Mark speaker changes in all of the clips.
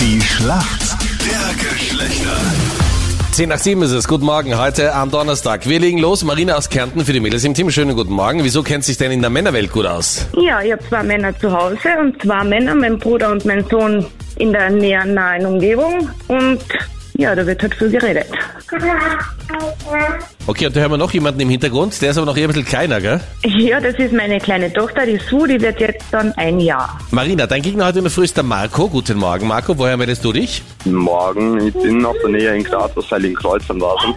Speaker 1: Die Schlacht der Geschlechter.
Speaker 2: 10 nach 7 ist es. Guten Morgen, heute am Donnerstag. Wir legen los. Marina aus Kärnten für die Mädels im Team. Schönen guten Morgen. Wieso kennt sich denn in der Männerwelt gut aus?
Speaker 3: Ja, ich habe zwei Männer zu Hause und zwei Männer, mein Bruder und mein Sohn in der näheren nahen Umgebung. Und ja, da wird halt viel geredet.
Speaker 2: Okay, und da hören wir noch jemanden im Hintergrund. Der ist aber noch eher ein bisschen kleiner, gell?
Speaker 3: Ja, das ist meine kleine Tochter, die Sue, die wird jetzt dann ein Jahr.
Speaker 2: Marina, dein Gegner heute in der Früh ist der Marco. Guten Morgen, Marco. Woher meldest du dich?
Speaker 4: Guten Morgen, ich bin aus der Nähe in Graz, aus Heiligenkreuz am Wasen.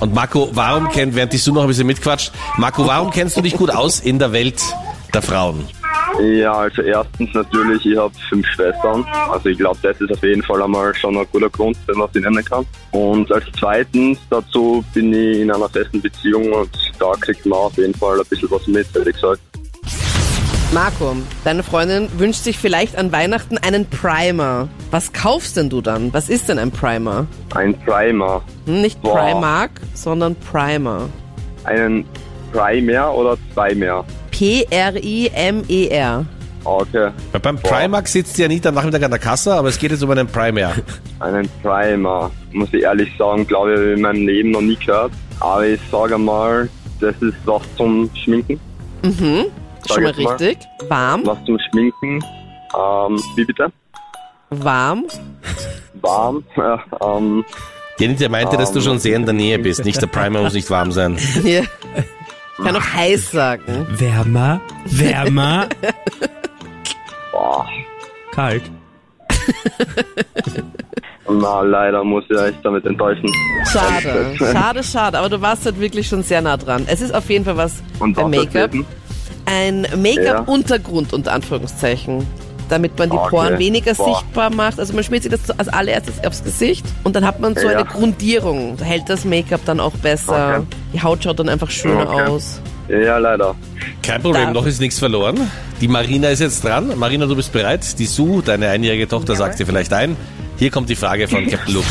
Speaker 2: Und Marco, warum kennt, während dich du noch ein bisschen mitquatscht, Marco, warum kennst du dich gut aus in der Welt der Frauen?
Speaker 4: Ja, also erstens natürlich, ich habe fünf Schwestern. Also ich glaube, das ist auf jeden Fall einmal schon ein guter Grund, wenn man sie nennen kann. Und als zweitens, dazu bin ich in einer festen Beziehung und da kriegt man auf jeden Fall ein bisschen was mit, ehrlich gesagt.
Speaker 5: Marco, deine Freundin wünscht sich vielleicht an Weihnachten einen Primer. Was kaufst denn du dann? Was ist denn ein Primer?
Speaker 4: Ein Primer.
Speaker 5: Hm, Nicht
Speaker 4: Boah.
Speaker 5: Primark, sondern Primer.
Speaker 4: Einen Primer oder zwei mehr?
Speaker 5: P-R-I-M-E-R.
Speaker 4: Okay,
Speaker 2: Weil Beim Primark sitzt ja nicht am Nachmittag an der Kasse, aber es geht jetzt um einen Primer.
Speaker 4: einen Primer. Muss ich ehrlich sagen, glaube ich, habe ich in meinem Leben noch nie gehört. Aber ich sage mal, das ist was zum Schminken. Sag
Speaker 5: Schon mal
Speaker 4: jetzt mal.
Speaker 5: richtig. Warm,
Speaker 4: was zum Schminken. Ähm, wie bitte?
Speaker 5: warm.
Speaker 4: Warm. Äh, ähm,
Speaker 2: Jenny, meinte, dass du schon sehr in der Nähe bist. Nicht der Primer muss nicht warm sein.
Speaker 5: Ja. Kann auch heiß sagen.
Speaker 6: Wärmer, wärmer,
Speaker 4: boah.
Speaker 6: kalt.
Speaker 4: Na, leider muss ich euch damit enttäuschen.
Speaker 5: Schade, schade, schade. Aber du warst halt wirklich schon sehr nah dran. Es ist auf jeden Fall was
Speaker 4: Und
Speaker 5: ein
Speaker 4: was
Speaker 5: Make-up.
Speaker 4: dazwischen?
Speaker 5: Ein Make-up-Untergrund unter Anführungszeichen. Damit man die
Speaker 4: Okay.
Speaker 5: Poren weniger
Speaker 4: Boah.
Speaker 5: sichtbar macht. Also man schmiert sich das als allererstes aufs Gesicht und dann hat man so
Speaker 4: Ja.
Speaker 5: eine Grundierung. Da hält das Make-up dann auch besser.
Speaker 4: Okay.
Speaker 5: Die Haut schaut dann einfach schöner
Speaker 4: Okay.
Speaker 5: aus.
Speaker 4: Ja, leider.
Speaker 2: Kein Problem,
Speaker 5: Darf-
Speaker 2: noch ist nichts verloren. Die Marina ist jetzt dran. Marina, du bist bereit. Die Sue, deine einjährige Tochter, sagt dir vielleicht ein. Hier kommt die Frage von Captain Luke.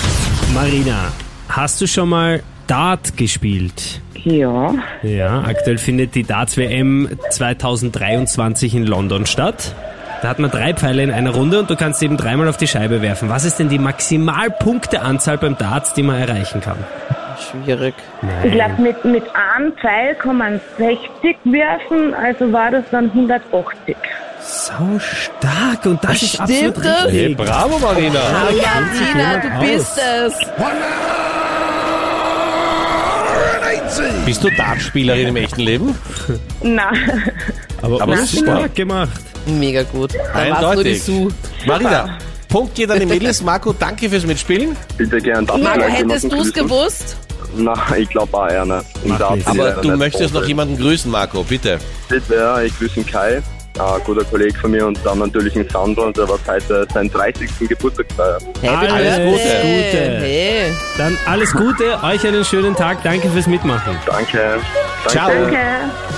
Speaker 6: Marina, hast du schon mal Dart gespielt?
Speaker 3: Ja,
Speaker 6: Ja, aktuell findet die Darts WM 2023 in London statt. Da hat man drei Pfeile in einer Runde und du kannst eben dreimal auf die Scheibe werfen. Was ist denn die Maximalpunkteanzahl beim Darts, die man erreichen kann?
Speaker 5: Schwierig.
Speaker 3: ich glaube, mit, mit einem Pfeil kann man 60 werfen, also war das dann 180.
Speaker 6: So stark und das ist
Speaker 5: Stimmt
Speaker 6: absolut
Speaker 5: das?
Speaker 2: Hey,
Speaker 6: richtig.
Speaker 2: bravo, Marina.
Speaker 5: Aber ja,
Speaker 6: kennt sich
Speaker 5: Tina,
Speaker 6: jemand
Speaker 5: du bist
Speaker 6: aus.
Speaker 5: es.
Speaker 2: Bist du Dartspielerin im echten Leben?
Speaker 3: Na,
Speaker 6: Aber,
Speaker 2: Aber super.
Speaker 6: stark gemacht.
Speaker 5: Mega gut. Da war's nur die
Speaker 2: Eindeutig.
Speaker 5: Sue.
Speaker 2: Marina, Punkt geht an die Mädels. Marco, danke fürs Mitspielen.
Speaker 4: Bitte gern das
Speaker 5: Marco,
Speaker 4: vielleicht
Speaker 5: hättest
Speaker 4: jemanden
Speaker 5: du es
Speaker 4: grüßen.
Speaker 5: gewusst?
Speaker 4: Na, ich glaube auch eher nicht. Im
Speaker 6: Macht
Speaker 4: Darts
Speaker 6: nichts.
Speaker 4: bin ich
Speaker 2: Aber
Speaker 4: leider
Speaker 2: du
Speaker 4: nicht
Speaker 2: möchtest noch
Speaker 4: Profi.
Speaker 2: jemanden grüßen, Marco, bitte.
Speaker 4: Bitte, ja, ich grüße den Kai. Ein guter Kollege von mir und dann natürlich den Sandro, und der war heute seinen 30. Geburtstag feiern.
Speaker 5: Happy
Speaker 6: Alles
Speaker 5: Birthday.
Speaker 2: Gute.
Speaker 5: Hey.
Speaker 6: Dann alles Gute, euch einen schönen Tag, danke fürs Mitmachen.
Speaker 4: Danke.
Speaker 2: Ciao.
Speaker 4: Danke.
Speaker 3: danke.